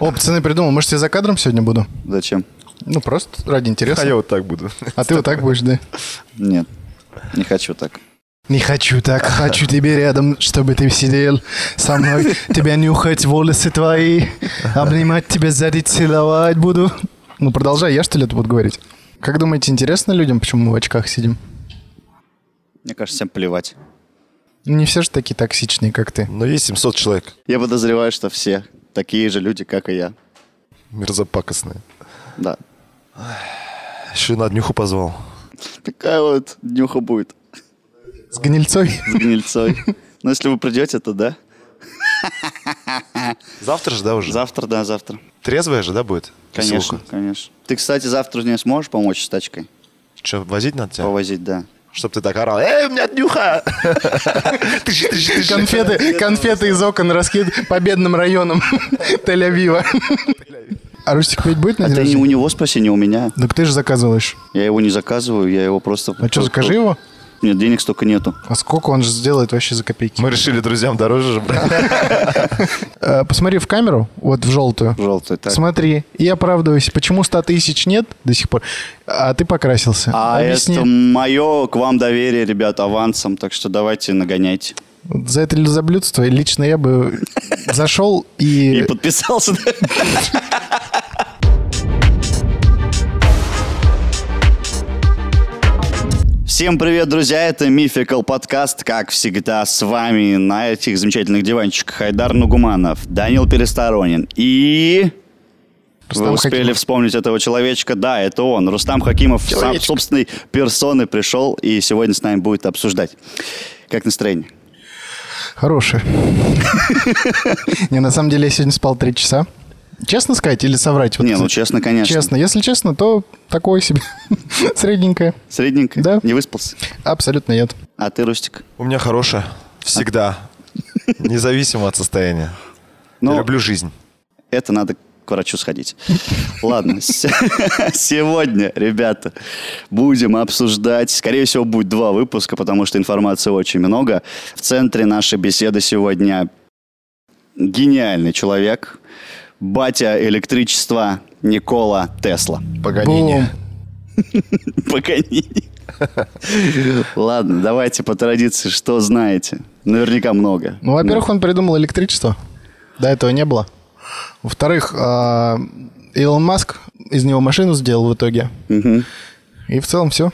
О, пацаны, придумал, может, я за кадром сегодня буду? Зачем? Ну, просто ради интереса. А я вот так буду. А ты вот так будешь, да? Нет, не хочу так. Не хочу так, хочу тебе рядом, чтобы ты сидел со мной, тебя нюхать, волосы твои, обнимать тебя сзади, целовать буду. Ну, продолжай, я что ли это буду говорить? Как думаете, интересно людям, почему мы в очках сидим? Мне кажется, всем плевать. Не все же такие токсичные, как ты. Но есть 700 человек Я подозреваю, что все такие же люди, как и я. мерзопакостные. Да. Еще и на днюху позвал. Такая вот днюха будет С гнильцой? с гнильцой. Но если вы придете, то да. Завтра же, да, уже? Завтра, да, завтра. Трезвая же, да, будет? Конечно, конечно. Ты, кстати, завтра мне сможешь помочь с тачкой? Что, возить надо тебя? Повозить, да. Чтоб ты так орал. Эй, у меня днюха! Тыщ, тыщ, тыщ. Конфеты, конфеты из окон раскид по бедным районам Тель-Авива. А Рустик ведь будет на А день ты не у рождения? него спроси, не у меня. Так ты же заказываешь. Я его не заказываю, я его просто... А что, закажи его? Нет, денег столько нету. А сколько он же сделает вообще за копейки? Мы решили друзьям дороже же брать. Э, посмотри в камеру, вот в желтую. Желтый, так. Смотри, и оправдывайся, почему 100 тысяч нет до сих пор, а ты покрасился. А Объясни, это мое к вам доверие, ребят, авансом, так что давайте нагоняйте. за это лизоблюдство лично я бы зашел И и... подписался. Всем привет, друзья! Это Мификал подкаст, как всегда, с вами на этих замечательных диванчиках Айдар Нугуманов, Данил Пересторонин и... Вы Рустам успели Хакимов. вспомнить этого человечка? Да, это он. Рустам Хакимов сам Человечек. собственной персоны пришел и сегодня с нами будет обсуждать. Как настроение? Хороший. Не, на самом деле я сегодня спал 3 часа. Честно сказать или соврать? Вот Не, ну честно, конечно. Честно. Если честно, то такое себе. Средненькое. Средненько? Да. Не выспался? Абсолютно нет. А ты, Рустик? У меня хорошая. Всегда. Независимо от состояния. Ну, Я люблю жизнь. это надо к врачу сходить. Ладно, с- сегодня, ребята, будем обсуждать, скорее всего, будет два выпуска, потому что информации очень много. В центре нашей беседы сегодня гениальный человек, батя электричества Никола Тесла. Бум. Погонение. Погоди. Ладно, давайте по традиции, что знаете. Наверняка много. Ну, во-первых, он придумал электричество. До этого не было. Во-вторых, а, Илон Маск из него машину сделал в итоге. Мгм. И в целом все.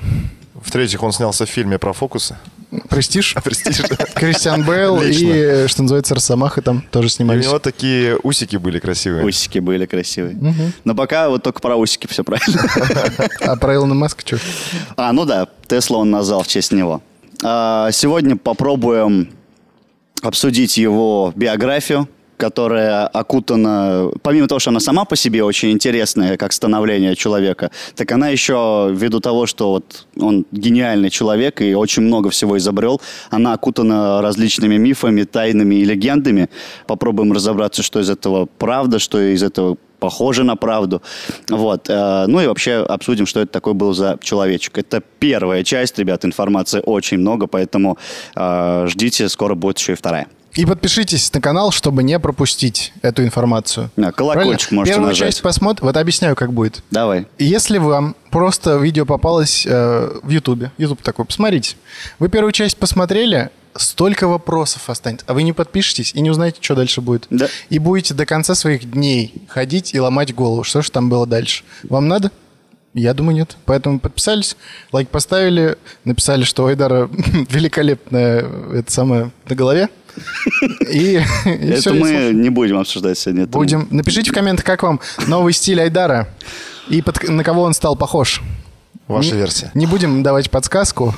В-третьих, он снялся в фильме про фокусы. Престиж. Прости, что- Кристиан Бейл и, Отлично. э, что называется, Росомаха там тоже У снимались. него такие усики были красивые. Ну, Усики были красивые. Но пока вот только про усики все правильно. А про Илона Маска что? А, ну да, Тесла он назвал в честь него. А, сегодня попробуем обсудить его биографию, которая окутана, помимо того, что она сама по себе очень интересная, как становление человека, так она еще, ввиду того, что вот он гениальный человек и очень много всего изобрел, она окутана различными мифами, тайнами и легендами. Попробуем разобраться, что из этого правда, что из этого похоже на правду. Вот. э, Ну и вообще обсудим, что это такое был за человечек. Это первая часть, ребят, информации очень много, поэтому э, ждите, скоро будет еще и вторая. И подпишитесь на канал, чтобы не пропустить эту информацию. Да, колокольчик Правильно? можете Первую нажать. часть посмотрим. Вот объясняю, как будет. Давай. Если вам просто видео попалось э, в Ютубе, Ютуб такой, посмотрите. Вы первую часть посмотрели, столько вопросов останется, а вы не подпишетесь и не узнаете, что дальше будет. Да. И будете до конца своих дней ходить и ломать голову, что же там было дальше. Вам надо? Я думаю, нет. Поэтому подписались, лайк поставили, написали, что у Айдара великолепная это самое на голове. И, и это всё, и мы слушаем. не будем обсуждать сегодня. это Будем. Напишите в комментах, как вам новый стиль Айдара и под- на кого он стал похож. Ваша Не- версия. Не будем давать подсказку.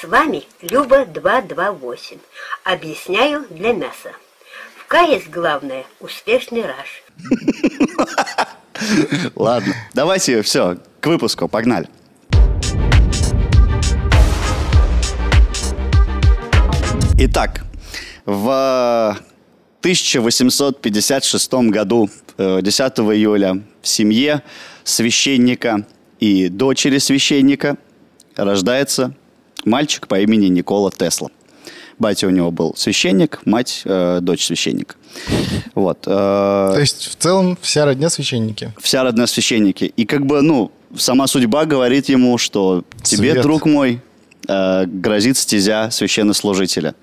С вами Люба 228. Объясняю для мяса. В КС главное – успешный раш. мы- Ладно. Давайте, все, к выпуску, погнали. Итак, в 1856 году, э, 10 июля, в семье священника и дочери священника рождается мальчик по имени Никола Тесла. Батя у него был священник, мать, э, дочь священника. Вот. э, То есть, в целом, вся родня священники. вся родная священники. И как бы, ну, сама судьба говорит ему, что тебе, Свет. друг мой, э, грозит стезя священнослужителя.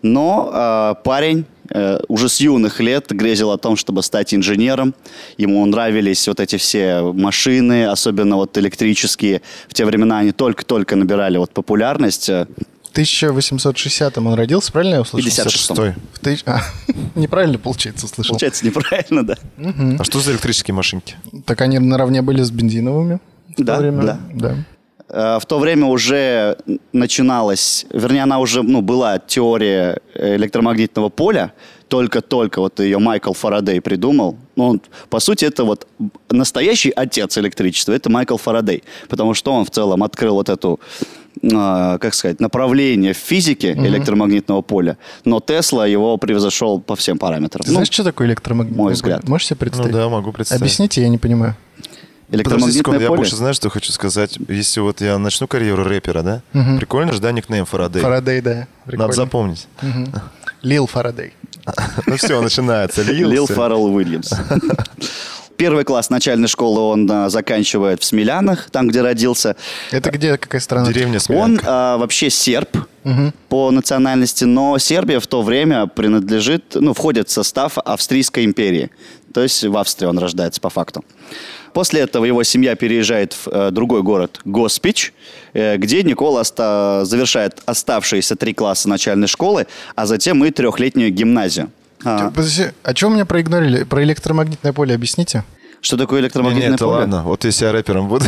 Но э, парень э, уже с юных лет грезил о том, чтобы стать инженером. Ему нравились вот эти все машины, особенно вот электрические. В те времена они только-только набирали вот популярность. э, В 1860 он родился, правильно я услышал? 56-м. Стой. В тысяч- а, неправильно, получается, услышал. Получается неправильно, да? А что за электрические машинки? Так они наравне были с бензиновыми в Да, то время. да. да. Э, В то время уже начиналась, вернее, она уже ну, была теория э, электромагнитного поля, только-только вот ее Майкл Фарадей придумал. Ну, он, по сути, это вот настоящий отец электричества, это Майкл Фарадей, потому что он в целом открыл вот эту, э, как сказать, направление в физике электромагнитного поля, но Тесла его превзошел по всем параметрам. Ты Ну, знаешь, что такое электромагнитное мой поле? взгляд. Можешь себе представить? Ну да, могу представить. Объясните, я не понимаю. Подожди секунду, электромагнитное я поле. больше знаю, что хочу сказать. Если вот я начну карьеру рэпера, да? Прикольно же, да, никнейм Фарадей? Фарадей, да. Прикольно. Надо запомнить. Лил Фарадей. Ну все, начинается. Лил, Лил всё. Фаррелл Уильямс. Первый класс начальной школы он а, заканчивает в Смелянах, там, где родился. Это где, какая страна? А. Деревня Он Смелянка. а, вообще серб по национальности, но Сербия в то время принадлежит, ну, входит в состав Австрийской империи. То есть в Австрии он рождается по факту. После этого его семья переезжает в э, другой город Госпич, э, где Никола оста- завершает оставшиеся три класса начальной школы, а затем и трехлетнюю гимназию. А, Подожди, а чего меня проигнорили? Про электромагнитное поле объясните. что такое электромагнитное Нет, это поле? ладно. Вот если я рэпером буду.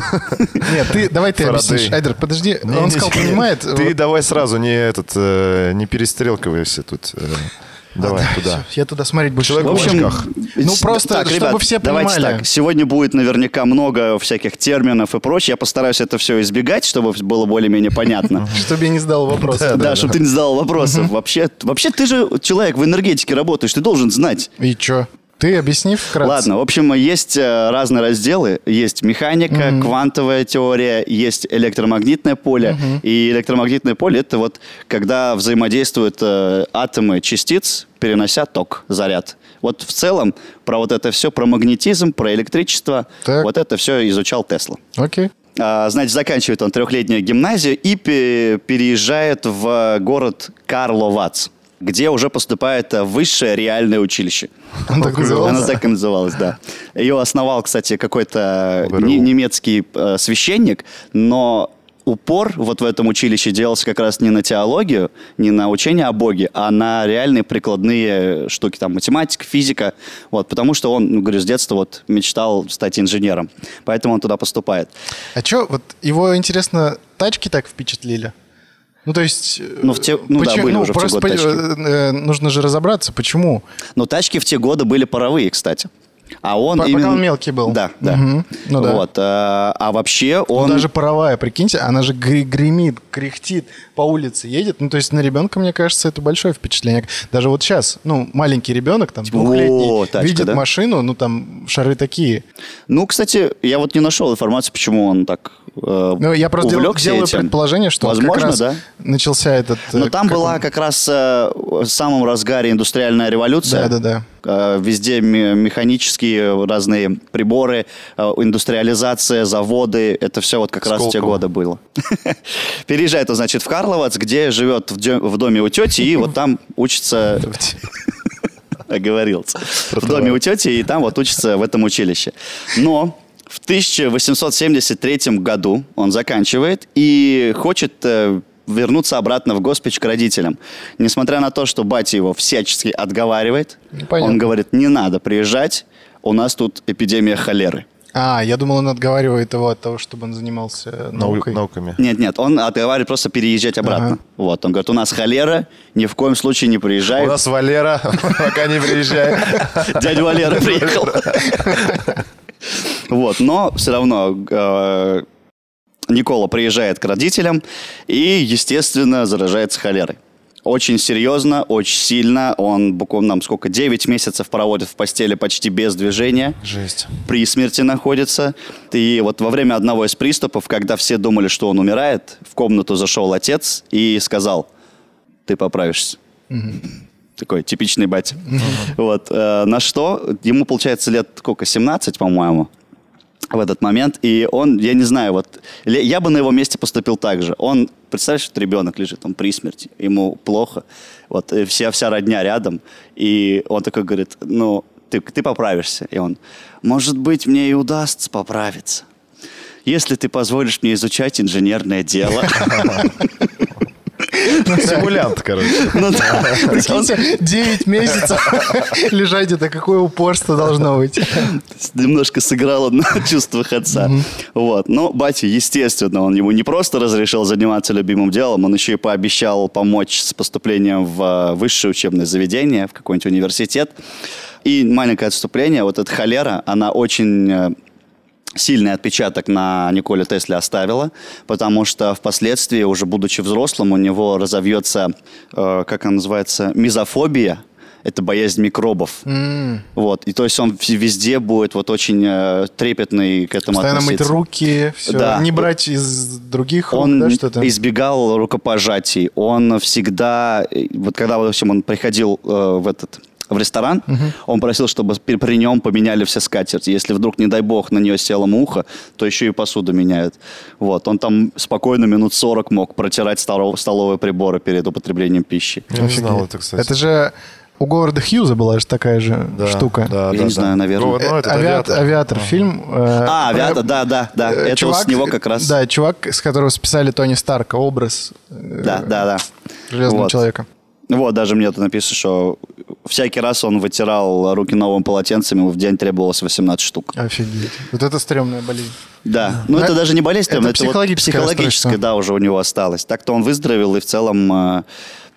Нет, ты, давай ты Фарадей. объяснишь. Айдер, подожди, Не, он не, сказал, не. понимает. Ты вот. давай сразу, не этот, э, не перестрелкивайся тут. э, Давай туда. Я туда смотреть больше. Человек не В буду. общем, э, очках. Ну, с- просто, так, чтобы ребят, все давайте понимали. так. Сегодня будет наверняка много всяких терминов и прочее. Я постараюсь это все избегать, чтобы было более-менее понятно. Чтобы я не задал вопрос. Да, чтобы ты не задал вопросов. Вообще, вообще ты же человек в энергетике работаешь, ты должен знать. И чё? Ты объясни вкратце. Ладно, в общем, есть э, разные разделы. Есть механика, квантовая теория, есть электромагнитное поле. И электромагнитное поле — это вот когда взаимодействуют э, атомы частиц, перенося ток, заряд. Вот в целом про вот это все, про магнетизм, про электричество, Так. вот это все изучал Тесла. Окей. А, Значит, заканчивает он трехлетнюю гимназию и пе- переезжает в город Карловац, где уже поступает э, высшее реальное училище. Он так Она назывался? так и называлась, да. Ее основал, кстати, какой-то ГРУ. не- немецкий э, священник, но упор вот в этом училище делался как раз не на теологию, не на учение о Боге, а на реальные прикладные штуки, там, математика, физика, вот, потому что он, ну, говорю, с детства вот мечтал стать инженером, поэтому он туда поступает. А чё, вот его, интересно, тачки так впечатлили? Ну, то есть... э, Ну, в те- ну да, были уже в те просто годы по- э, э, нужно же разобраться, почему. Но тачки в те годы были паровые, кстати. А он По- пока именно... он мелкий был. Да, да. Мгм. Ну да. Вот. э, А вообще Ну, он... даже паровая, прикиньте, она же гре- гремит, кряхтит, по улице едет. Ну, то есть на ребенка, мне кажется, это большое впечатление. Даже вот сейчас, ну, маленький ребенок, там, двухлетний, тачка, видит да? машину, ну, там, шары такие. Ну, кстати, я вот не нашел информации, почему он так э, Ну, я просто дел- увлекся делаю этим. предположение, что Возможно, как раз да. начался этот... э, Но там как была он- как раз э, в самом разгаре индустриальная революция. Да-да-да. Э, Везде ме- механические разные приборы, э, индустриализация, заводы. Это все вот как раз в те Сколково. годы было. Переезжает он, значит, в Карловац, где живет в дё- в доме у тети, и вот там учится оговорился. В доме у тети, и там вот учится в этом училище. Но в 1873 году он заканчивает и хочет э, вернуться обратно в госпич к родителям. Несмотря на то, что батя его всячески отговаривает, понятно. он говорит, не надо приезжать, у нас тут эпидемия холеры. А, я думал, он отговаривает его от того, чтобы он занимался Нау- наукой. Науками. Нет, нет, он отговаривает просто переезжать обратно. Ага. Вот, он говорит, у нас холера, ни в коем случае не У приезжай. нас Валера, пока не приезжай. Дядя Валера приехал. Вот, но все равно э, Никола приезжает к родителям и, естественно, заражается холерой. Очень серьезно, очень сильно. Он буквально, нам сколько, 9 месяцев проводит в постели почти без движения Жесть. при смерти находится. И вот во время одного из приступов, когда все думали, что он умирает, в комнату зашел отец и сказал, ты поправишься. Такой типичный батя. Вот. э, На что ему, получается, лет сколько, 17, по-моему, в этот момент. И он, я не знаю, вот ле- я бы на его месте поступил так же. Он, представляешь, вот ребенок лежит, он при смерти, ему плохо, вот и вся, вся родня рядом. И он такой говорит, ну, ты, ты поправишься. И он, может быть, мне и удастся поправиться. Если ты позволишь мне изучать инженерное дело. Ну, Симулянт, короче. Ну да. Он- Прикиньте, 9 месяцев лежать это, какое упорство должно быть. немножко сыграло на чувствах отца. Вот. Но батя, естественно, он ему не просто разрешил заниматься любимым делом, он еще и пообещал помочь с поступлением в э, высшее учебное заведение, в какой-нибудь университет. И маленькое отступление, вот эта холера, она очень э, сильный отпечаток на Николе Тесле оставила, потому что впоследствии, уже будучи взрослым, у него разовьется, э, как она называется, мизофобия. Это боязнь микробов. Вот. И то есть он в- везде будет вот очень э, трепетный к этому Постоянно мыть относиться. руки, всё. Да. не брать из других рук, Он да, что-то. избегал рукопожатий. Он всегда, э, вот когда, в общем, он приходил э, в этот в ресторан, он просил, чтобы при, при нем поменяли все скатерти. Если вдруг, не дай бог, на нее села муха, то еще и посуду меняют. Вот. Он там спокойно минут 40 мог протирать старо- столовые приборы перед употреблением пищи. Я не знал это, кстати. Это же у Говарда Хьюза была же такая же Да, штука. Э, да, Я да, не да. знаю, наверное. Ну, ну, этот Авиат- авиатор. авиатор фильм. э, А, про- авиатор, да, да, да. э, Это чувак, с него как раз. Да, чувак, с которого списали Тони Старка, образ э, да, да. да. Железного Вот. человека. Вот, даже мне тут написано, что всякий раз он вытирал руки новым полотенцем, ему в день требовалось 18 штук. Офигеть. Вот это стрёмная болезнь. Да, ну Да. это даже не болезнь, Это прям, это, психологическое вот психологическое, расстройство. да, уже у него осталось. Так-то он выздоровел, и в целом э,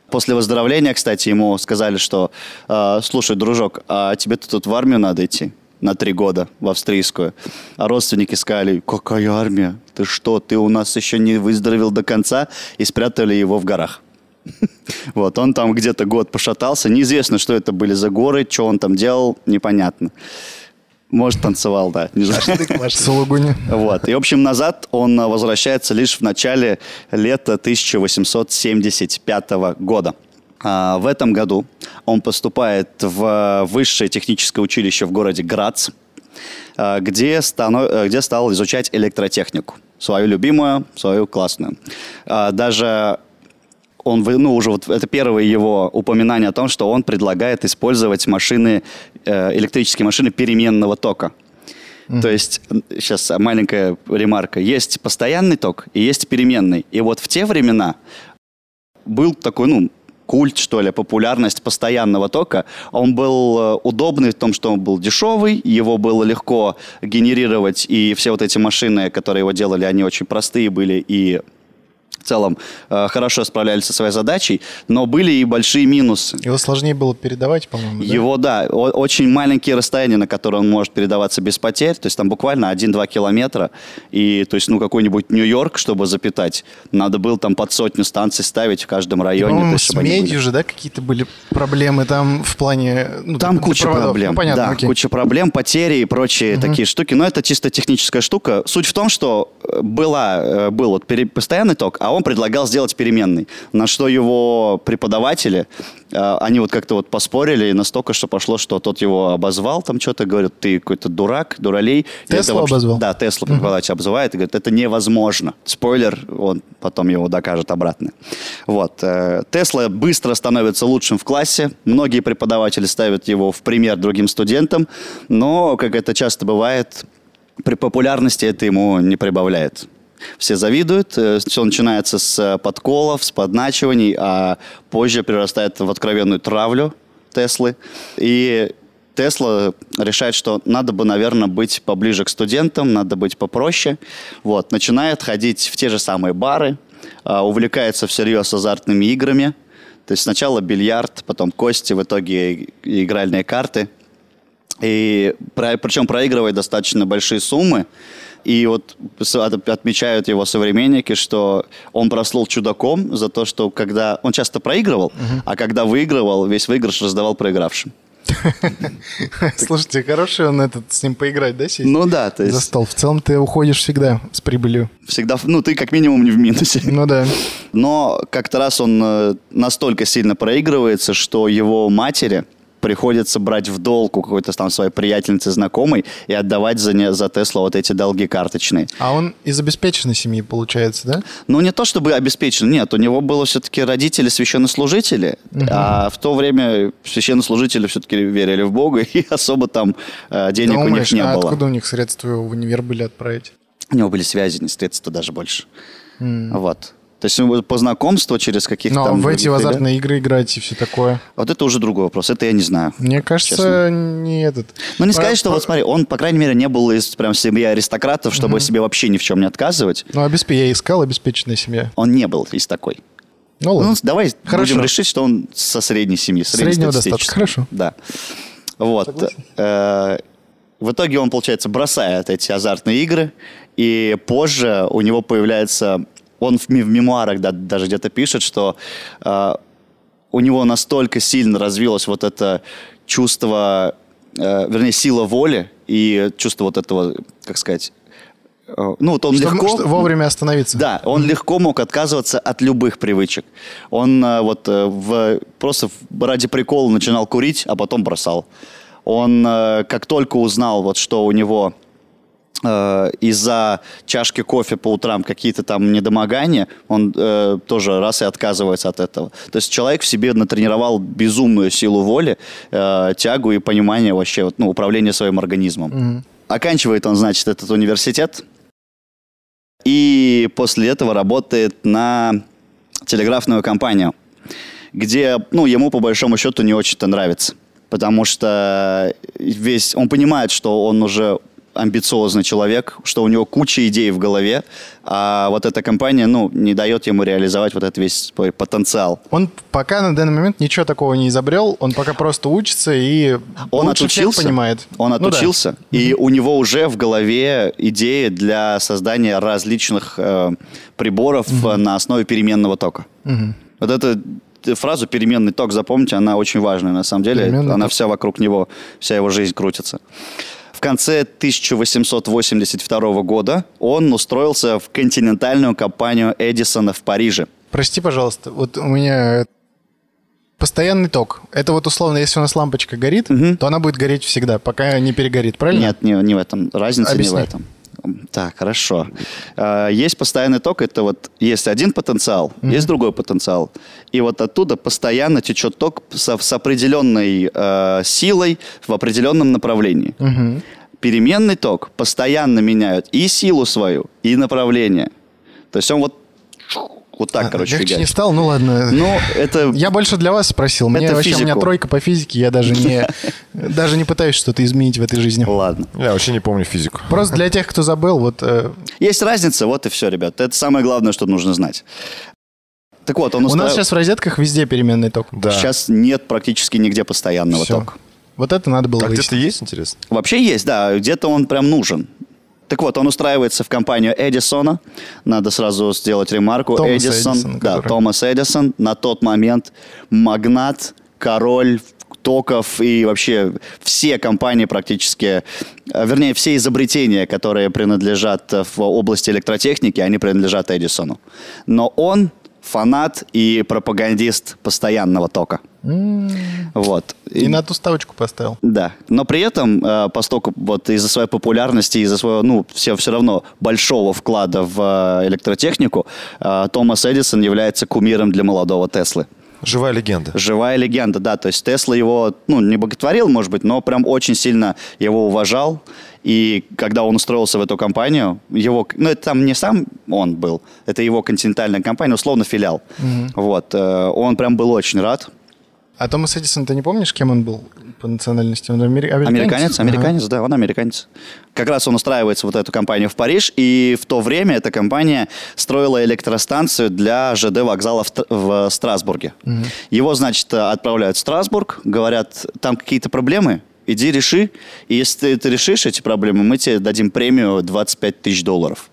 после выздоровления, кстати, ему сказали, что, э, слушай, дружок, а тебе-то тут в армию надо идти на три года, в австрийскую. А родственники сказали, какая армия? Ты что, ты у нас еще не выздоровел до конца? И спрятали его в горах. Вот, он там где-то год пошатался. Неизвестно, что это были за горы, что он там делал, непонятно. Может, танцевал, да, не знаю. Сулугуни. Вот. И, в общем, назад он а, возвращается лишь в начале лета 1875 года. А, В этом году он поступает в а, высшее техническое училище в городе Грац, а, где, стано- э, где стал изучать электротехнику. Свою любимую, свою классную. А, Даже он, вы- ну, уже вот это первое его упоминание о том, что он предлагает использовать машины, э, электрические машины переменного тока. То есть, сейчас маленькая ремарка. Есть постоянный ток и есть переменный. И вот в те времена был такой, ну, культ, что ли, популярность постоянного тока. Он был э, удобный в том, что он был дешевый, его было легко генерировать, и все вот эти машины, которые его делали, они очень простые были и в целом э, хорошо справлялись со своей задачей, но были и большие минусы. Его сложнее было передавать, по-моему, да? Его, да, о- очень маленькие расстояния, на которые он может передаваться без потерь. То есть там буквально 1-2 километра. И, то есть, ну, какой-нибудь Нью-Йорк, чтобы запитать, надо было там под сотню станций ставить в каждом И, районе. то По-моему, есть, с чтобы они были. медью же, да, какие-то были проблемы там в плане... ну, Там д- куча проводов. проблем. Ну, понятно, да, окей. куча проблем, потери и прочие такие штуки. Но это чисто техническая штука. Суть в том, что э, была, э, был вот пере- постоянный ток, а он предлагал сделать переменный. На что его преподаватели, э, они вот как-то вот поспорили и настолько, что пошло, что тот его обозвал, там что-то говорит, ты какой-то дурак, дуралей. И это Тесла обозвал? Да, Тесла преподаватель обзывает и говорит, это невозможно. Спойлер, он потом его докажет обратно. Вот. э, Тесла быстро становится лучшим в классе. Многие преподаватели ставят его в пример другим студентам, но, как это часто бывает, при популярности это ему не прибавляет. Все завидуют, все начинается с э, подколов, с подначиваний, а позже перерастает в откровенную травлю Теслы. И Тесла решает, что надо бы, наверное, быть поближе к студентам, надо быть попроще. Вот. Начинает ходить в те же самые бары, а, увлекается всерьез азартными играми. То есть сначала бильярд, потом кости, в итоге и- и игральные карты. И про- причем проигрывает достаточно большие суммы. И вот с- от- отмечают его современники, что он прослыл чудаком за то, что когда он часто проигрывал, а когда выигрывал, весь выигрыш раздавал проигравшим. Слушайте, хороший он этот, с ним поиграть, да, сесть? Ну да, то За есть стол. В целом ты уходишь всегда с прибылью. всегда, ну ты как минимум не в минусе. Ну да. Но как-то раз он э, настолько сильно проигрывается, что его матери приходится брать в долг у какой-то там своей приятельницы, знакомой и отдавать за, не, за Тесла вот эти долги карточные. А он из обеспеченной семьи, получается, да? Ну, не то чтобы обеспечен, нет, у него было все-таки родители священнослужители, а в то время священнослужители все-таки верили в Бога, и особо там э, денег у них Думаешь, не а было. откуда у них средства его в универ были отправить? У него были связи, не средства даже больше. Вот. То есть ну, по знакомству через каких-то Ну, а там в эти других ребят. азартные игры играть и все такое. Вот это уже другой вопрос, это я не знаю. Мне кажется, Честно. не этот. А, Ну, не По- сказать, что, по- вот смотри, он, по крайней мере, не был из прям семьи аристократов, чтобы себе вообще ни в чем не отказывать. Ну, обесп... я искал обеспеченная семья. Он не был из такой. Ну, Ну, ладно. давай Хорошо. будем решить, что он со средней семьи, Среднего среднестатистической. достатка. Хорошо. Да. Вот. Э, В итоге он, получается, бросает эти азартные игры, и позже у него появляется... Он в ми- в мемуарах да- даже где-то пишет, что э, у него настолько сильно развилось вот это чувство, э, вернее, сила воли и чувство вот этого, как сказать... э, Ну, вот он Что- легко... что вовремя остановиться. Да, он легко мог отказываться от любых привычек. Он э, вот э, в- просто в- ради прикола начинал курить, а потом бросал. Он э, как только узнал, вот, что у него э, из-за чашки кофе по утрам какие-то там недомогания, он э, тоже раз и отказывается от этого. То есть человек в себе натренировал безумную силу воли, э, тягу и понимание вообще, вот, ну, управления своим организмом. Оканчивает он, значит, этот университет, и после этого работает на телеграфную компанию, где, ну, ему по большому счету не очень-то нравится, потому что весь, он понимает, что он уже амбициозный человек, что у него куча идей в голове, а вот эта компания, ну, не дает ему реализовать вот этот весь свой потенциал. Он пока на данный момент ничего такого не изобрел, он пока просто учится и Он лучше всех отучился, понимает. он Ну да. отучился, и у него уже в голове идеи для создания различных э, приборов э, на основе переменного тока. Вот эту фразу «переменный ток», запомните, она очень важная на самом деле. Переменный она ток. вся вокруг него, вся его жизнь крутится. В конце 1882 года он устроился в континентальную компанию Эдисона в Париже. Прости, пожалуйста, вот у меня постоянный ток. Это вот условно, если у нас лампочка горит, то она будет гореть всегда, пока не перегорит, правильно? Нет, не, не в этом. Разница Объясни. не в этом. Так, хорошо. Э, Есть постоянный ток, это вот есть один потенциал, есть другой потенциал. И вот оттуда постоянно течет ток со- с определенной э, силой в определенном направлении. Переменный ток постоянно меняет и силу свою, и направление. То есть он вот, вот так, короче, А, Легче не фигачит. стал, ну ладно. Ну, это... Я больше для вас спросил. Мне Это вообще у меня физику. тройка по физике, я даже не даже не пытаюсь что-то изменить в этой жизни. Ладно. Я вообще не помню физику. Просто для тех, кто забыл, вот э, Есть разница, вот и все, ребят. Это самое главное, что нужно знать. Так вот, он у нас устраив- сейчас в розетках везде переменный ток. Да. Сейчас нет практически нигде постоянного Всё. тока. Вот это надо было А выяснить. где-то есть, интересно? Вообще есть, да, где-то он прям нужен. Так вот, он устраивается в компанию Эдисона. Надо сразу сделать ремарку. Томас Эдисон, Эдисон, да, который- Томас Эдисон на тот момент магнат, король токов и вообще все компании практически, э, вернее, все изобретения, которые принадлежат э, в области электротехники, они принадлежат Эдисону. Но он фанат и пропагандист постоянного тока. Вот. И на ту ставочку поставил. Да, но при этом, э, поскольку вот из-за своей популярности, из-за своего, ну, все, все равно большого вклада в э, электротехнику, э, Томас Эдисон является кумиром для молодого Теслы. Живая легенда. Живая легенда, да, то есть Тесла его, ну, не боготворил, может быть, но прям очень сильно его уважал, и когда он устроился в эту компанию, его, ну, это там не сам он был, это его континентальная компания, условно филиал, вот, э, он прям был очень рад, А Томас Эдисон, ты не помнишь, кем он был по национальности? Он амери- Американец, американец, да, он американец. Как раз он устраивается вот эту компанию в Париж, и в то время эта компания строила электростанцию для ЖД вокзала в, Тр- в Страсбурге. Его, значит, отправляют в Страсбург, говорят, там какие-то проблемы, иди реши, и если ты, ты решишь эти проблемы, мы тебе дадим премию 25 тысяч долларов.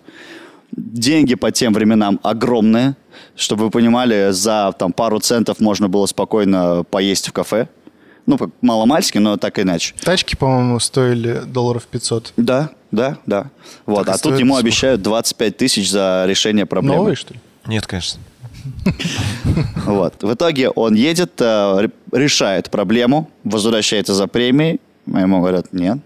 Деньги по тем временам огромные, чтобы вы понимали, за там, пару центов можно было спокойно поесть в кафе. Ну, п- мало-мальски, но так или иначе. Тачки, по-моему, стоили долларов 500. Да, да, да. Вот, Так и а тут стоит ему сколько? обещают 25 тысяч за решение проблемы. Новые, что ли? Нет, конечно. Вот. В итоге он едет, э, ре- решает проблему, возвращается за премией. А Ему говорят, нет,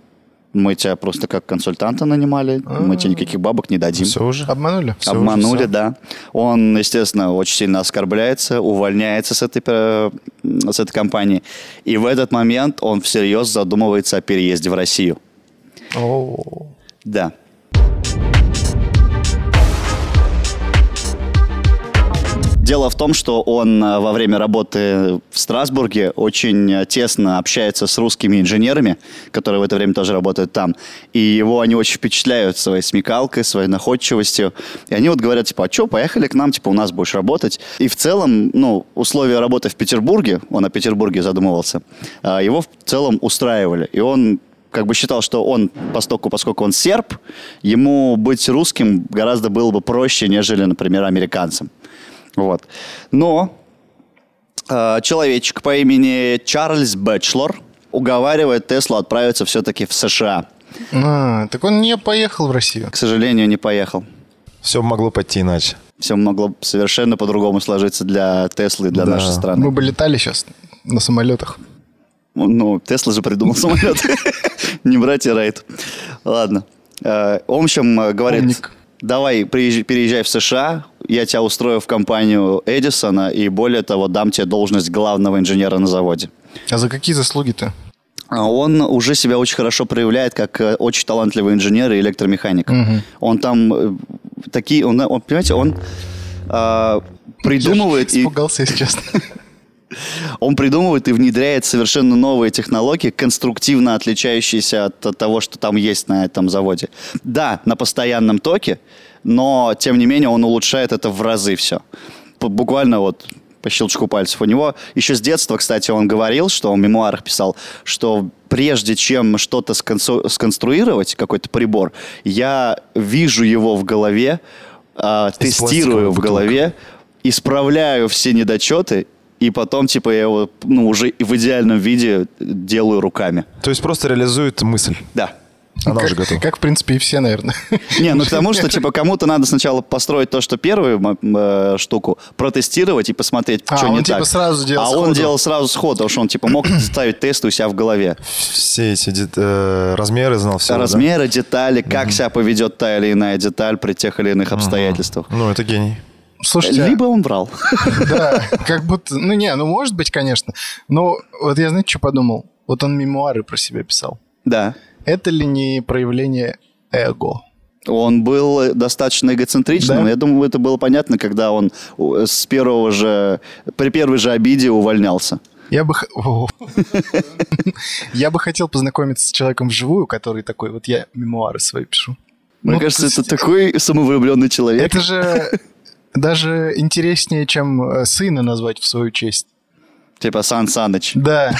мы тебя просто как консультанта нанимали, мы тебе никаких бабок не дадим. Все уже. Обманули? А. Всё уже, Обманули, всё. да. Он, естественно, очень сильно оскорбляется, увольняется с этой, э, с этой компании. И в этот момент он всерьез задумывается о переезде в Россию. О. Да. Дело в том, что он э, во время работы в Страсбурге очень э, тесно общается с русскими инженерами, которые в это время тоже работают там. И его они очень впечатляют своей смекалкой, своей находчивостью. И они вот говорят, типа, а что, поехали к нам, типа, у нас будешь работать. И в целом, ну, условия работы в Петербурге, он о Петербурге задумывался, э, его в целом устраивали. И он как бы считал, что он, поскольку, поскольку он серб, ему быть русским гораздо было бы проще, нежели, например, американцем. Вот. Но э, человечек по имени Чарльз Бэтчлор уговаривает Теслу отправиться все-таки в США. А, так он не поехал в Россию. К сожалению, не поехал. Все могло пойти иначе. Все могло б совершенно по-другому сложиться для Теслы и для Да. нашей страны. Мы бы летали сейчас на самолетах. Ну, Тесла же придумал самолет. Не братья Райт. Ладно. Э, В общем, э, говорит, Умник. давай приезж- переезжай в США, я тебя устрою в компанию Эдисона и, более того, дам тебе должность главного инженера на заводе. А за какие заслуги-то? А Он уже себя очень хорошо проявляет как э, очень талантливый инженер и электромеханик. Он там э, такие, он, он, понимаете, он э, придумывает Я ж и Испугался, если честно. он придумывает и внедряет совершенно новые технологии, конструктивно отличающиеся от от того, что там есть на этом заводе. Да, на постоянном токе, но тем не менее он улучшает это в разы все. П- Буквально вот по щелчку пальцев. У него еще с детства, кстати, он говорил, что он в мемуарах писал, что прежде чем что-то сконсу- сконструировать, какой-то прибор, я вижу его в голове, а, Из тестирую в пластиковой голове, исправляю все недочеты, и потом, типа, я его ну, уже и в идеальном виде делаю руками. То есть просто реализует мысль. Да. Она как, уже готова. Как, в принципе, и все, наверное. Не, ну потому что, типа, кому-то надо сначала построить то, что первую м, э, штуку, протестировать и посмотреть, А, что он, не типа, так. сразу делал а сходу. он делал сразу сходу, потому что он, типа, мог ставить тесты у себя в голове. Все эти дет- э, размеры знал А все. Размеры, детали, как себя поведет та или иная деталь при тех или иных обстоятельствах. Ну, это гений. Слушайте, Либо он врал. да, как будто... Ну, не, ну, может быть, конечно. Но вот я, знаете, что подумал? Вот он мемуары про себя писал. Да. Это ли не проявление эго? Он был достаточно эгоцентричным. Да? Я думаю, это было понятно, когда он у- с первого же, при первой же обиде увольнялся. Я бы... х- О. Я бы хотел познакомиться с человеком вживую, который такой, вот я мемуары свои пишу. Мне Ну, кажется, то это есть- такой самовлюбленный человек. Это же даже интереснее, чем э, сына назвать в свою честь. Типа Сан Саныч. Да.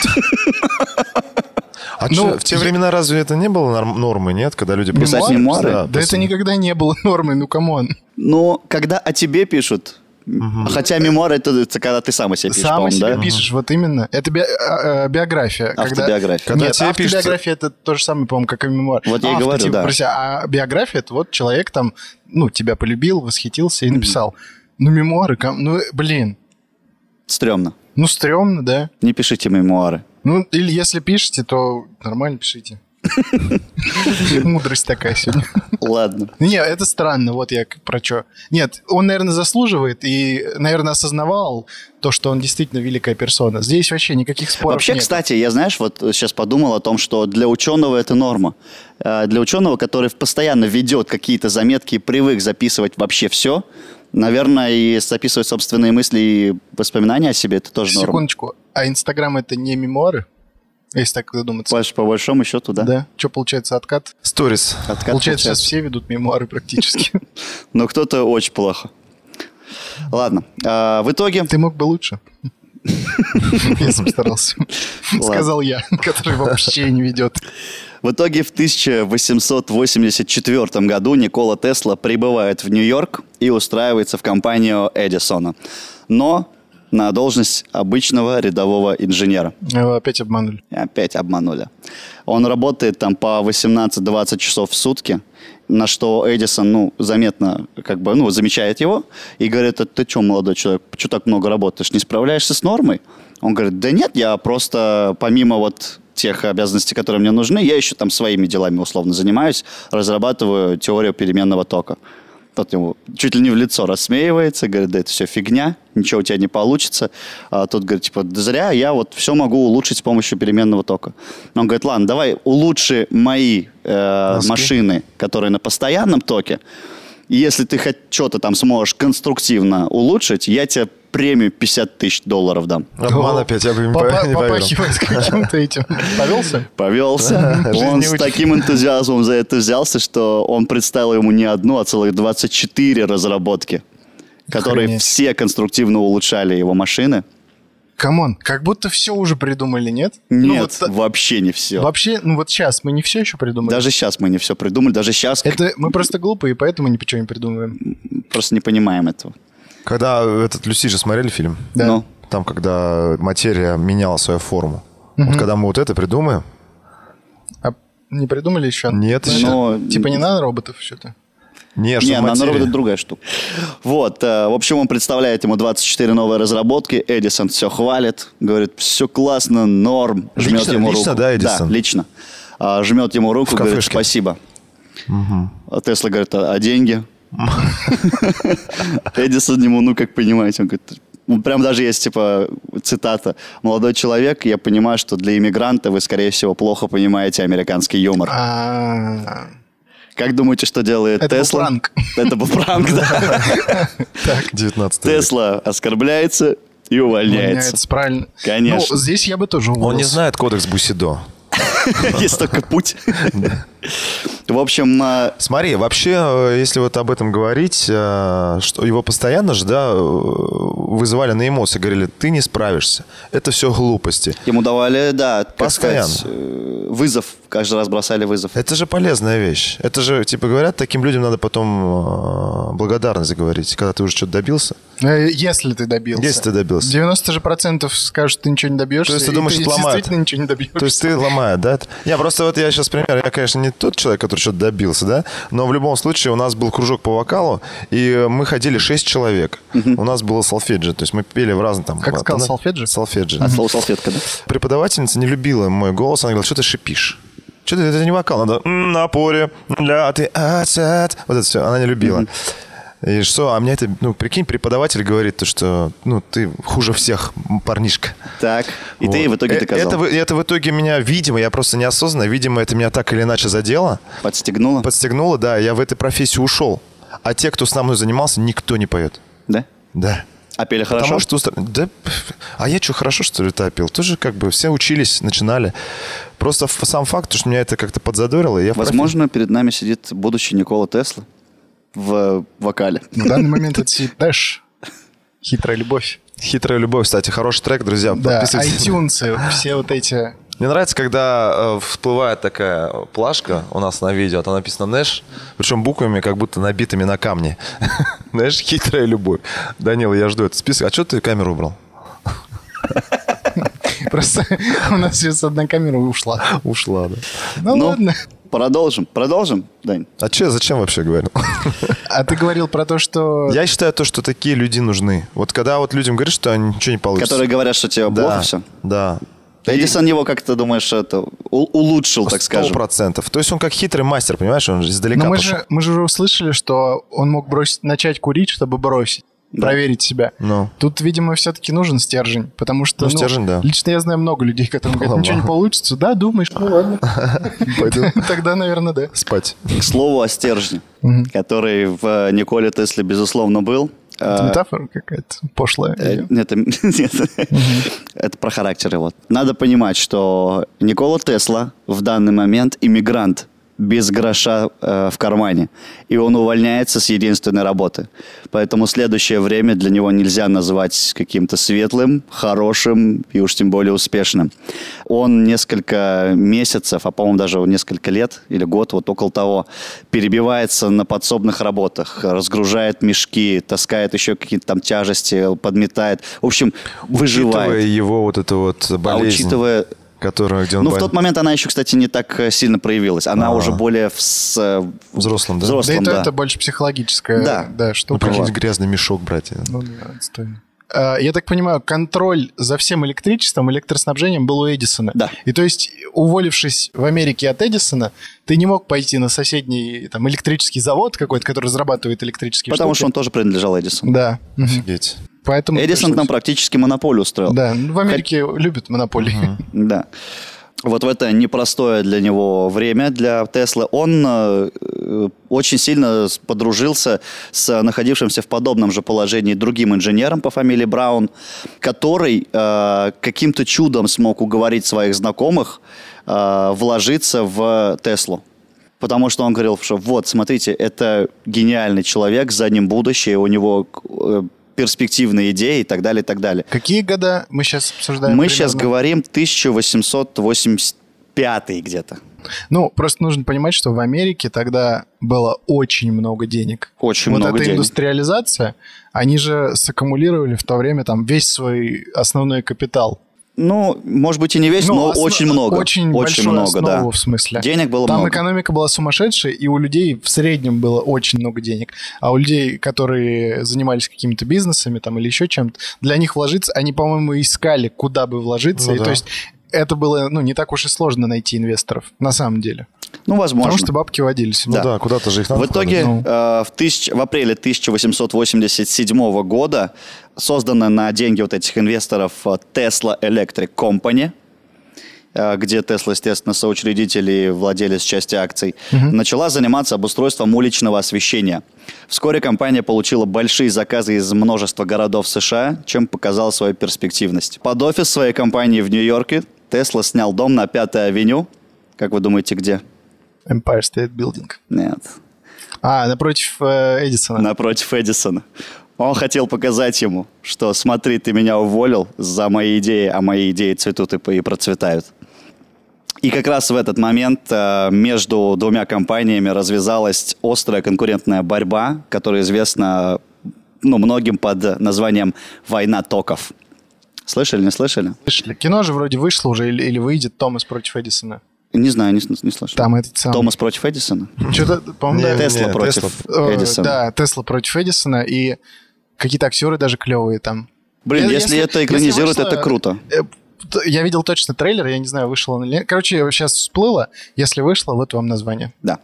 А Ну, чё, в те я- времена разве это не было норм- нормы, нет? Когда люди Писать просто- мемуары? Да, Да это просто- никогда не было нормой, ну камон. Но когда о тебе пишут, хотя мемуары это, это когда ты сам о себе пишешь, Сам о по-моему, себе да? пишешь, вот именно. Это би- э, э, биография. когда- Автобиография. Когда Нет, тебе автобиография это то же самое, по-моему, как и мемуар. Вот я и говорю, да. а биография это вот человек там, ну, тебя полюбил, восхитился и написал. Ну, мемуары, ком- ну, блин, Стремно. ну, стрёмно, да. Не пишите мемуары. Ну, или если пишете, то нормально пишите. Мудрость такая сегодня. Ну, Ладно. Не, это странно, вот я к- про что. Нет, он, наверное, заслуживает и, наверное, осознавал то, что он действительно великая персона. Здесь вообще никаких споров Вообще, нет. кстати, я, знаешь, вот сейчас подумал о том, что для ученого это норма. Э, Для ученого, который постоянно ведет какие-то заметки и привык записывать вообще все, наверное, и записывать собственные мысли и воспоминания о себе, это тоже норма. Секундочку, а Инстаграм это не мемуары? Если так задуматься. Паш, по большому счету, да. Что получается, откат? Сторис. Откат получается, сейчас получается. все ведут мемуары практически. Но кто-то очень плохо. Ладно. А, в итоге... Ты мог бы лучше. Если бы старался. Сказал я, который вообще не ведет. В итоге в 1884 году Никола Тесла прибывает в Нью-Йорк и устраивается в компанию Эдисона. Но на должность обычного рядового инженера. Его Э, опять обманули. И опять обманули. Он работает там по 18-20 часов в сутки, на что Эдисон, ну, заметно, как бы, ну, замечает его и говорит, «А ты что, молодой человек, что так много работаешь, не справляешься с нормой? Он говорит, да нет, я просто помимо вот тех обязанностей, которые мне нужны, я еще там своими делами условно занимаюсь, разрабатываю теорию переменного тока. Тот ему чуть ли не в лицо рассмеивается, говорит, да это все фигня, ничего у тебя не получится. А тот говорит, типа, «Да зря, я вот все могу улучшить с помощью переменного тока. Он говорит, ладно, давай улучши мои э, Мозги. машины, которые на постоянном токе. И Если ты хоть что-то там сможешь конструктивно улучшить, я тебе премию 50 тысяч долларов дам. Обман опять, я бы не Попа- пов- не поверил. Попахивает каким-то этим. Повелся? Повелся. Жизнь Он не с учит. таким энтузиазмом за это взялся, что он представил ему не одну, а целых 24 разработки, которые Охренеть. все конструктивно улучшали его машины. Камон, как будто все уже придумали, нет? Ну, Нет, вот та- вообще не все. Вообще, ну вот сейчас мы не все еще придумали. Даже сейчас мы не все придумали, даже сейчас Это мы просто глупые, поэтому ничего не придумываем. просто не понимаем этого. Когда этот Люси же смотрели фильм? Да. Ну, Там, когда материя меняла свою форму. Вот когда мы вот это придумаем, А не придумали еще? Нет, Ну, еще. Но- Типа не надо роботов что-то? не, что Не, нанороботы материя... это другая штука. Вот, э, в общем, он представляет ему 24 новые разработки, Эдисон все хвалит, говорит, все классно, норм, жмет Лично- ему лично, руку. да, Эдисон? Да, лично. А, жмет ему руку, В говорит, кафешке. спасибо. А Тесла говорит, а, а деньги? Эдисон ему, ну, как понимаете, он говорит, ну, прям даже есть, типа, цитата. «Молодой человек, я понимаю, что для иммигранта вы, скорее всего, плохо понимаете американский юмор». А, Как думаете, что делает Это был Тесла? пранк. Это был пранк, да. 19 век. Тесла оскорбляется и увольняется. Меняется, правильно. Конечно. Ну, здесь я бы тоже Он не уволился. знает кодекс Бусидо. Есть только путь. В общем, а, Смотри, вообще, э, если вот об этом говорить, э, что его постоянно же, да, э, вызывали на эмоции, говорили, ты не справишься, это все глупости. ему давали, да, как Постоянно. сказать, э, вызов. Каждый раз бросали вызов. Это же полезная вещь. Это же, типа, говорят, таким людям надо потом э, благодарность говорить, когда ты уже что-то добился. Э, Если ты добился. Если ты добился. 90 же процентов скажут, ты ничего не добьешься. То есть ты и думаешь, ты это ломает? действительно ничего не добьешься. То есть ты ломает, да? Я просто вот я сейчас пример. Я, конечно, не тот человек, который что-то добился, да? Но в любом случае у нас был кружок по вокалу, и мы ходили 6 человек. У нас было солфеджи, то есть мы пели в разных там... Как сказал, тона- солфеджи? Солфеджи. От слова салфетка, да? Преподавательница не любила мой голос, она говорила, что ты шипишь? Что ты, это не вокал, надо «М, на поре, ля, а ты а, цят». Вот это все, она не любила. И что, а мне это, ну, прикинь, преподаватель говорит, то, что, ну, ты хуже всех, м, парнишка. Так. И ты Вот. в итоге Э, Это, доказал. в- это в итоге меня, видимо, я просто неосознанно, видимо, это меня так или иначе задело, Подстегнула, подстегнуло, да, я в этой профессии ушел. А те, кто со мной занимался, никто не поет. да? Да. А пели хорошо? Потому что... устра- Да, пф, а я что, хорошо, что ли, топил? Тоже как бы все учились, начинали. Просто ф- сам факт, то, что меня это как-то подзадорило. и Я в профи- Возможно, перед нами сидит будущий Никола Тесла в э, вокале. Ну, На данный момент это сидит Дэш. Хитрая любовь. Хитрая любовь, кстати, хороший трек, друзья. Да, подписывайтесь. iTunes, э, все вот эти... Мне нравится, когда э, всплывает такая плашка у нас на видео, а там написано Нэш, причем буквами, как будто набитыми на камне. Нэш, хитрая любовь. Данила, я жду этот список. А что ты камеру убрал? Просто у нас сейчас одна камера ушла. Ушла, да. Ну, Ну, ладно. Продолжим. Продолжим, Дань? А че, зачем вообще говорил? А ты говорил про то, что... Я считаю то, что такие люди нужны. Вот когда вот людям говорят, что они ничего не получится. Которые говорят, что тебе да, плохо все. Да. Эдисон его, как ты думаешь, это у- улучшил, так Сто скажем. процентов. То есть он как хитрый мастер, понимаешь, он же издалека Но Ну, мы пошел. же, мы же уже услышали, что он мог бросить, начать курить, чтобы бросить. Проверить себя. Ну. Тут, видимо, все-таки нужен стержень, потому что Ну, стержень, да. лично я знаю много людей, которым говорят, Ладно. ничего не получится, да, думаешь, ну ладно. Пойду Тогда, наверное, да. спать. К слову о стержне, который в э, Николе Тесле, безусловно, был. Это А. Э, метафора какая-то пошлая. э, нет, это- нет. Это про характер его. Надо понимать, что Никола Тесла в данный момент иммигрант без гроша э, в кармане. И он увольняется с единственной работы. Поэтому следующее время для него нельзя назвать каким-то светлым, хорошим и уж тем более успешным. Он несколько месяцев, а по-моему даже несколько лет или год, вот около того, перебивается на подсобных работах, разгружает мешки, таскает еще какие-то там тяжести, подметает. В общем, Учитывая выживает. его вот эту вот А болезнь, учитывая которую, где он ну, в болен- тот момент она еще, кстати, не так э, сильно проявилась. Она А. уже более в с, э, в- взрослым, Да да? и взрослым, то да. это больше психологическая Да. да, Ну, штука. какой-нибудь грязный мешок брать. Ну да, отстойно. А, Я так понимаю, контроль за всем электричеством, электроснабжением был у Эдисона. Да. И то есть, уволившись в Америке от Эдисона, ты не мог пойти на соседний там, электрический завод какой-то, который разрабатывает электрические Потому что он штуки. тоже принадлежал Эдисону. Да. Мгм. Офигеть. Ну, Поэтому Эдисон там пришлось. практически монополию устроил. Да, ну, в Америке любят монополии. Да. Вот в это непростое для него время, для Тесла, он э, э, очень сильно с- подружился с находившимся в подобном же положении другим инженером по фамилии Браун, который э, каким-то чудом смог уговорить своих знакомых э, вложиться в Теслу. Потому что он говорил, что вот, смотрите, это гениальный человек, за ним будущее, у него э, перспективные идеи и так далее, и так далее. Какие года мы сейчас обсуждаем? Мы сейчас примерно? говорим 1885 где-то. Ну, просто нужно понимать, что в Америке тогда было очень много денег. Очень вот много эта денег. индустриализация, они же саккумулировали в то время там весь свой основной капитал. Ну, может быть и не весь, Ну, но осно- очень много. Очень, большую много, да. основу, в смысле. Денег было Там много. экономика была сумасшедшая, и у людей в среднем было очень много денег. А у людей, которые занимались какими-то бизнесами там или еще чем-то, для них вложиться, они, по-моему, искали, куда бы вложиться. Ну и да. то есть это было, ну, не так уж и сложно найти инвесторов, на самом деле. Ну, возможно. Потому что бабки водились. Ну Да. да, куда-то же их надо В итоге Ну. э, в, тысяч- в апреле 1887 года создана на деньги вот этих инвесторов э, Tesla Electric Company, э, где Tesla, естественно, соучредитель и владелец части акций, начала заниматься обустройством уличного освещения. Вскоре компания получила большие заказы из множества городов США, чем показала свою перспективность. Под офис своей компании в Нью-Йорке Tesla снял дом на Пятой авеню. Как вы думаете, где? Empire State Building. Нет. А, напротив э, Эдисона. напротив Эдисона. Он хотел показать ему, что смотри, ты меня уволил за мои идеи, а мои идеи цветут и, п- и процветают. И как раз в этот момент э, между двумя компаниями развязалась острая конкурентная борьба, которая известна ну, многим под названием «Война токов». Слышали, не слышали? Слышали? Кино же вроде вышло уже или, или выйдет Томас против Эдисона. Не знаю, не, с- не слышал. Там этот самый. Томас против Эдисона? Что-то, по-моему, да, Не, это- Тесла не, против Э, Эдисона. Да, Тесла против Эдисона, и какие-то актеры даже клевые там. Блин, Э, если, если- это экранизируют, если вышло- это круто. Э, т- Я видел точно трейлер, я не знаю, вышел он или нет. Короче, сейчас всплыло. Если вышло, вот вам название. Да.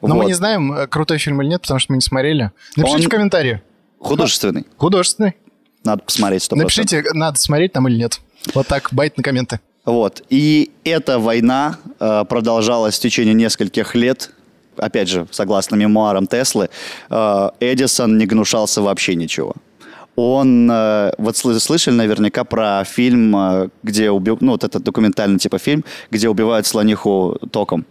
Но мы Вот. не знаем, э, крутой фильм или нет, потому что мы не смотрели. Напишите Он- в комментарии. Художественный. Художественный. Надо посмотреть, что Напишите, надо смотреть там или нет. Вот так, байт на комменты. Вот. И эта война э, продолжалась в течение нескольких лет. Опять же, согласно мемуарам Теслы, э, Эдисон не гнушался вообще ничего. Он, э, вот слы- слышали наверняка про фильм, э, где уби- ну вот этот документальный типа фильм, где убивают слониху током.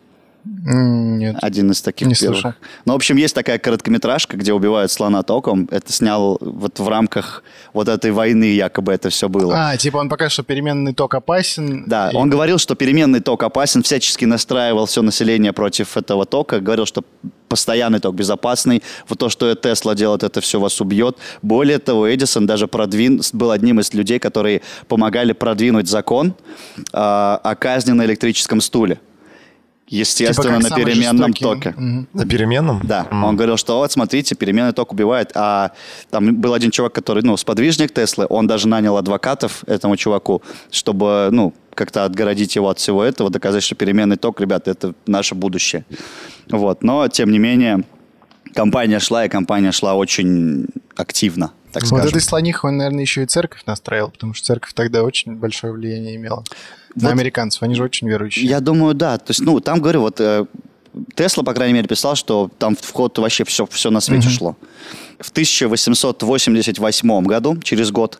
М, Нет. Один из таких Не первых. слышал. Ну, в общем, есть такая короткометражка, где убивают слона током. Это снял вот в рамках вот этой войны якобы это все было. А, типа он пока что переменный ток опасен. Да, И- типа он говорил, что переменный ток опасен, всячески настраивал все население против этого тока, говорил, что постоянный ток безопасный, вот то, что Тесла делает, это все вас убьет. Более того, Эдисон даже продвин, был одним из людей, которые помогали продвинуть закон э, о казни на электрическом стуле. типа, Естественно, как на самый переменном жестокий. токе. Мгм. На переменном? Да, М. он говорил, что вот, смотрите, переменный ток убивает. А там был один чувак, который, ну, сподвижник Теслы, он даже нанял адвокатов этому чуваку, чтобы, ну, как-то отгородить его от всего этого, доказать, что переменный ток, ребята, это наше будущее. Вот, но, тем не менее, компания шла, и компания шла очень активно, так Вот скажем. этой слонихой он, наверное, еще и церковь настраивал, потому что церковь тогда очень большое влияние имела на Вот- американцев. Они же очень верующие. Я думаю, да. То есть, ну, там, говорю, вот э, Тесла, по крайней мере, писал, что там вход вообще все, все на свете шло. В 1888 году, через год,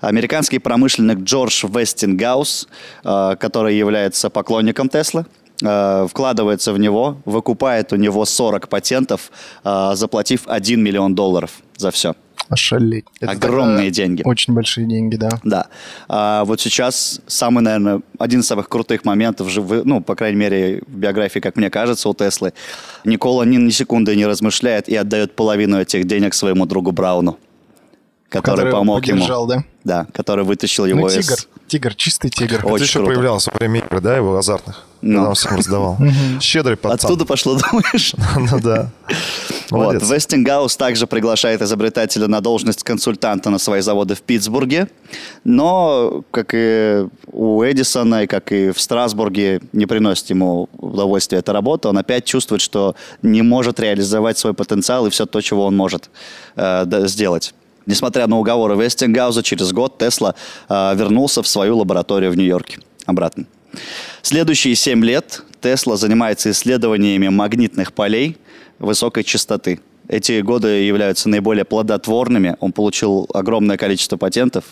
американский промышленник Джордж Вестингаус, э, который является поклонником Теслы, э, вкладывается в него, выкупает у него 40 патентов, э, заплатив 1 миллион долларов за все. Ошалеть. Огромные тогда деньги. Очень большие деньги, да. Да. А вот сейчас самый, наверное, один из самых крутых моментов, живы- ну, по крайней мере, в биографии, как мне кажется, у Теслы, Никола ни, ни секунды не размышляет и отдает половину этих денег своему другу Брауну, который, помог ему. поддержал, да. Да, который вытащил его Ну, из... тигр. Тигр, чистый тигр. Очень Это еще круто. появлялось во время игр, да, его азартных. Ну. Когда он всем раздавал. Щедрый пацан. Отсюда пошло, думаешь? Ну да. Вот. Молодец. Вестингаус также приглашает изобретателя на должность консультанта на свои заводы в Питтсбурге, но, как и у Эдисона, и как и в Страсбурге, не приносит ему удовольствия эта работа. Он опять чувствует, что не может реализовать свой потенциал и все то, чего он может э, да- сделать. Несмотря на уговоры Вестингауза, через год Тесла э, вернулся в свою лабораторию в Нью-Йорке обратно. Следующие 7 лет Тесла занимается исследованиями магнитных полей высокой частоты. Эти годы являются наиболее плодотворными. Он получил огромное количество патентов.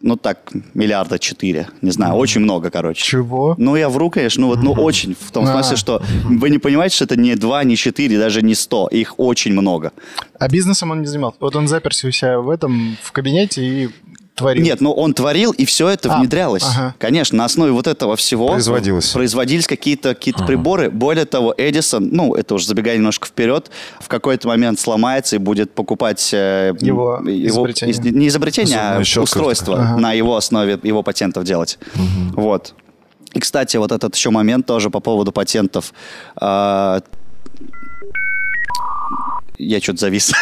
Ну так, миллиарда четыре. Не знаю, очень много, короче. Чего? Ну, я вру, конечно, ну вот, ну, очень. В том А. смысле, что вы не понимаете, что это не два, не четыре, даже не сто. Их очень много. А бизнесом он не занимался. Вот он заперся у себя в этом, в кабинете и творил. Нет, ну он творил, и все это А, внедрялось. ага. Конечно, на основе вот этого всего Производилось. производились какие-то какие приборы. Более того, Эдисон, ну, это уже забегая немножко вперед, в какой-то момент сломается и будет покупать э, Его изобретение. из- не изобретение, Зубную а щетку устройство такое. Ага. на его основе его патентов делать. Вот. И, кстати, вот этот еще момент тоже по поводу патентов. А, я что-то завис.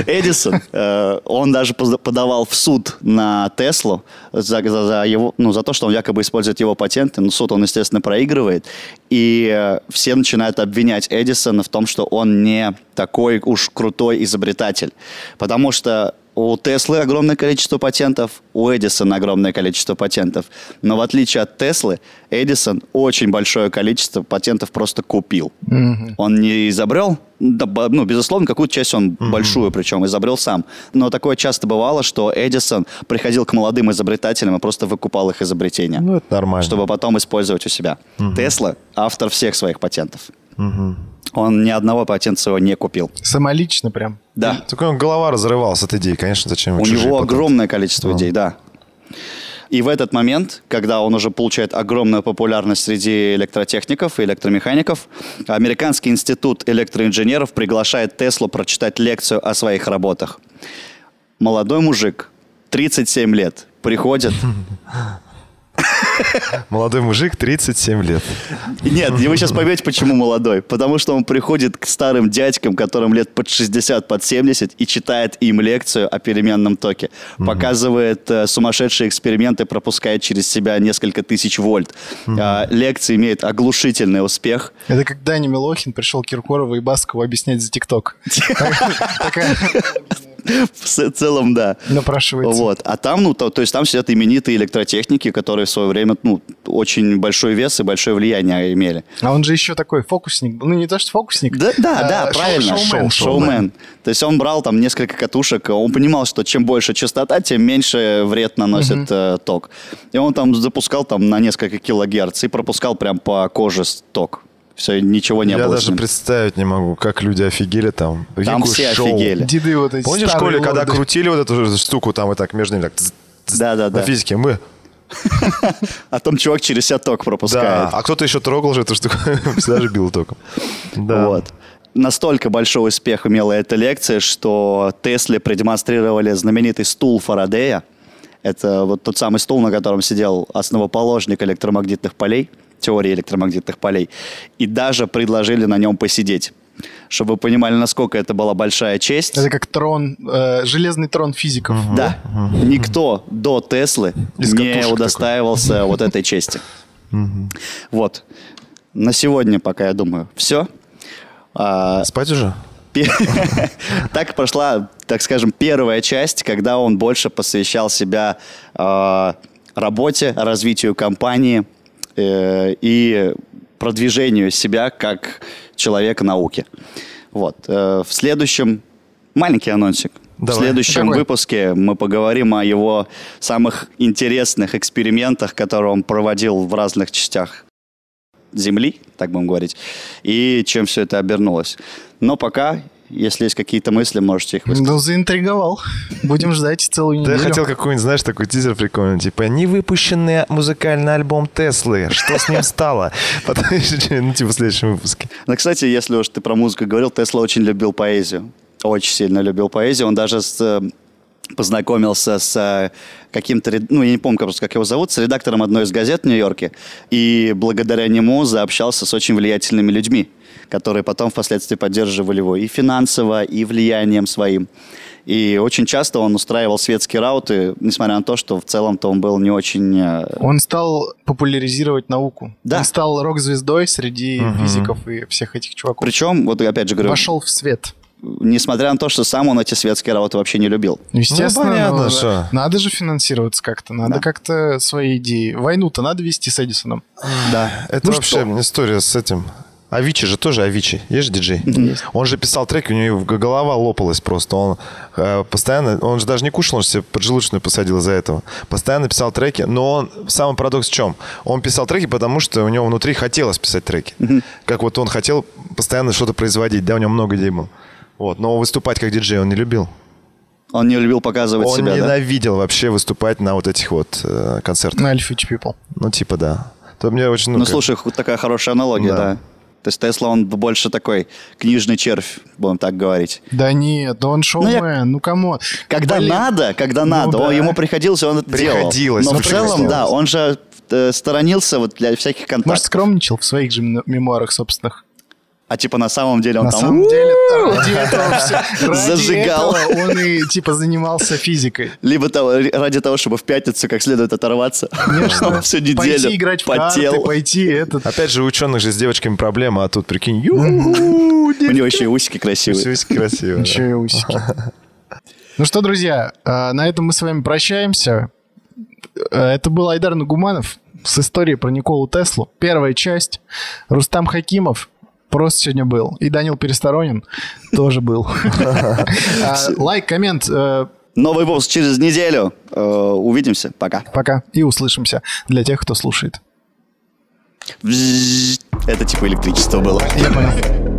Эдисон, э, он даже поза- подавал в суд на Теслу за, за- за его, ну, за то, что он якобы использует его патенты. Но суд он, естественно, проигрывает. И э, все начинают обвинять Эдисона в том, что он не такой уж крутой изобретатель. Потому что у Теслы огромное количество патентов, у Эдисона огромное количество патентов. Но в отличие от Теслы, Эдисон очень большое количество патентов просто купил. Он не изобрел, да, б- ну, безусловно, какую-то часть он большую причем изобрел сам. Но такое часто бывало, что Эдисон приходил к молодым изобретателям и просто выкупал их изобретения. Ну, это нормально. Чтобы потом использовать у себя. Тесла – автор всех своих патентов. Он ни одного патента своего не купил. Самолично прям. Да. Только у него голова разрывалась от идей, конечно, зачем вы У чужие него патенты? огромное количество идей, да. И в этот момент, когда он уже получает огромную популярность среди электротехников и электромехаников, Американский институт электроинженеров приглашает Теслу прочитать лекцию о своих работах. Молодой мужик, 37 лет, приходит. Молодой мужик, 37 лет. Нет, и вы сейчас поймете, почему молодой. Потому что он приходит к старым дядькам, которым лет под 60, под 70, и читает им лекцию о переменном токе. Показывает э, сумасшедшие эксперименты, пропускает через себя несколько тысяч вольт. А, лекция имеет оглушительный успех. Это как Даня Милохин пришел Киркорову и Баскову объяснять за ТикТок. Такая В с- целом, да. напрашивается. Вот. А там, ну, то, то есть там сидят именитые электротехники, которые в свое время, ну, очень большой вес и большое влияние имели. А он же еще такой фокусник. был. Ну, не то, что фокусник. Да, да, а, да, шоу- правильно. шоумен. Шоу- шоумен. То есть он брал там несколько катушек, он понимал, что чем больше частота, тем меньше вред наносит э, ток. И он там запускал там на несколько килогерц и пропускал прям по коже с- ток. Все, ничего не Я было. с даже ним. представить не могу, как люди офигели там. Там Какое все шоу. офигели. Деды вот эти Помнишь в старые школе, когда лорды? крутили вот эту же штуку там и так между ними так... тз- тз- Да-да-да. На физике мы... А там чувак через себя ток Да, пропускает. а кто-то еще трогал же эту штуку, всегда же бил током. Да. Вот. Настолько большой успех имела эта лекция, что Тесле продемонстрировали знаменитый стул Фарадея. Это вот тот самый стул, на котором сидел основоположник электромагнитных полей, теории электромагнитных полей. И даже предложили на нем посидеть. Чтобы вы понимали, насколько это была большая честь. Это как трон, э, железный трон физиков. Да, никто до Теслы Из не катушек удостаивался вот этой чести. Вот. На сегодня пока, я думаю, А, все. Спать уже? Пе- Так прошла, так скажем, первая часть, когда он больше посвящал себя э, работе, развитию компании э, и продвижению себя как человека науки. Вот. Э, В следующем маленький анонсик. В Давай. следующем Какой? выпуске мы поговорим о его самых интересных экспериментах, которые он проводил в разных частях земли, так будем говорить, и чем все это обернулось. Но пока, если есть какие-то мысли, можете их высказать. Ну, заинтриговал. Будем ждать целую Да неделю. я хотел какой-нибудь, знаешь, такой тизер прикольный, типа «Невыпущенный музыкальный альбом Теслы. Что с ним стало?» Потом, ну, типа в следующем выпуске. Ну, кстати, если уж ты про музыку говорил, Тесла очень любил поэзию. Очень сильно любил поэзию. Он даже с, э, познакомился с э, каким-то, ред- ну, я не помню, как- просто как его зовут, с редактором одной из газет в Нью-Йорке. И благодаря нему заобщался с очень влиятельными людьми, которые потом впоследствии поддерживали его и финансово, и влиянием своим. И очень часто он устраивал светские рауты, несмотря на то, что в целом-то он был не очень... э, Он стал популяризировать науку. Да. Он стал рок-звездой среди физиков и всех этих чуваков. Причем, вот опять же говорю, Пошел в свет. несмотря на то, что сам он эти светские рауты вообще не любил. Ну, Естественно, понятно, ну, что. надо же финансироваться как-то, надо Да. как-то свои идеи. Войну-то надо вести с Эдисоном. Да. Это Ну вообще история с этим. Авичи же тоже Авичи. Есть же диджей? Он же писал треки, у него г- голова лопалась просто. Он э, постоянно... Он же даже не кушал, он же себе поджелудочную посадил из-за этого. Постоянно писал треки, но он... Самый парадокс в чем? Он писал треки, потому что у него внутри хотелось писать треки. Как вот он хотел постоянно что-то производить, да, у него много идей было. Вот. Но выступать как диджей он не любил. Он не любил показывать он себя, да? ненавидел вообще выступать на вот этих вот э, концертах. На Alpha H People. Ну, типа, да. То мне очень... Ну, как- слушай, ху- такая хорошая аналогия, Да. да. То есть Тесла, он больше такой книжный червь, будем так говорить. Да нет, да он шоумен, ну, кому? Когда надо, когда надо, он- да. ему приходилось, он это делал. Приходилось, Но ну, в целом, приходилось. да, он же э, сторонился вот для всяких Может, контактов. скромничал в своих же мем- мемуарах собственных. А типа на самом деле он На там... самом «У, деле, там, ради этого всё- ради Зажигал. этого он и, типа, занимался физикой. Либо того- ради того, чтобы в пятницу как следует оторваться. Конечно. Всю неделю Пойти играть в карты, потел. пойти этот... Опять же, у ученых же с девочками проблема, а тут, прикинь, ю У него еще и усики красивые. Все красиво. да. Еще и усики. Ну что, друзья, э, на этом мы с вами прощаемся. Э, Это был Айдар Нагуманов с историей про Николу Теслу. Первая часть. Рустам Хакимов просто сегодня был. И Данил Пересторонин тоже был. Э, Лайк, коммент, э, Новый выпуск через неделю. Э, Увидимся. Пока. пока и услышимся для тех, кто слушает. Бзззз. Это типа электричество было. Я понял.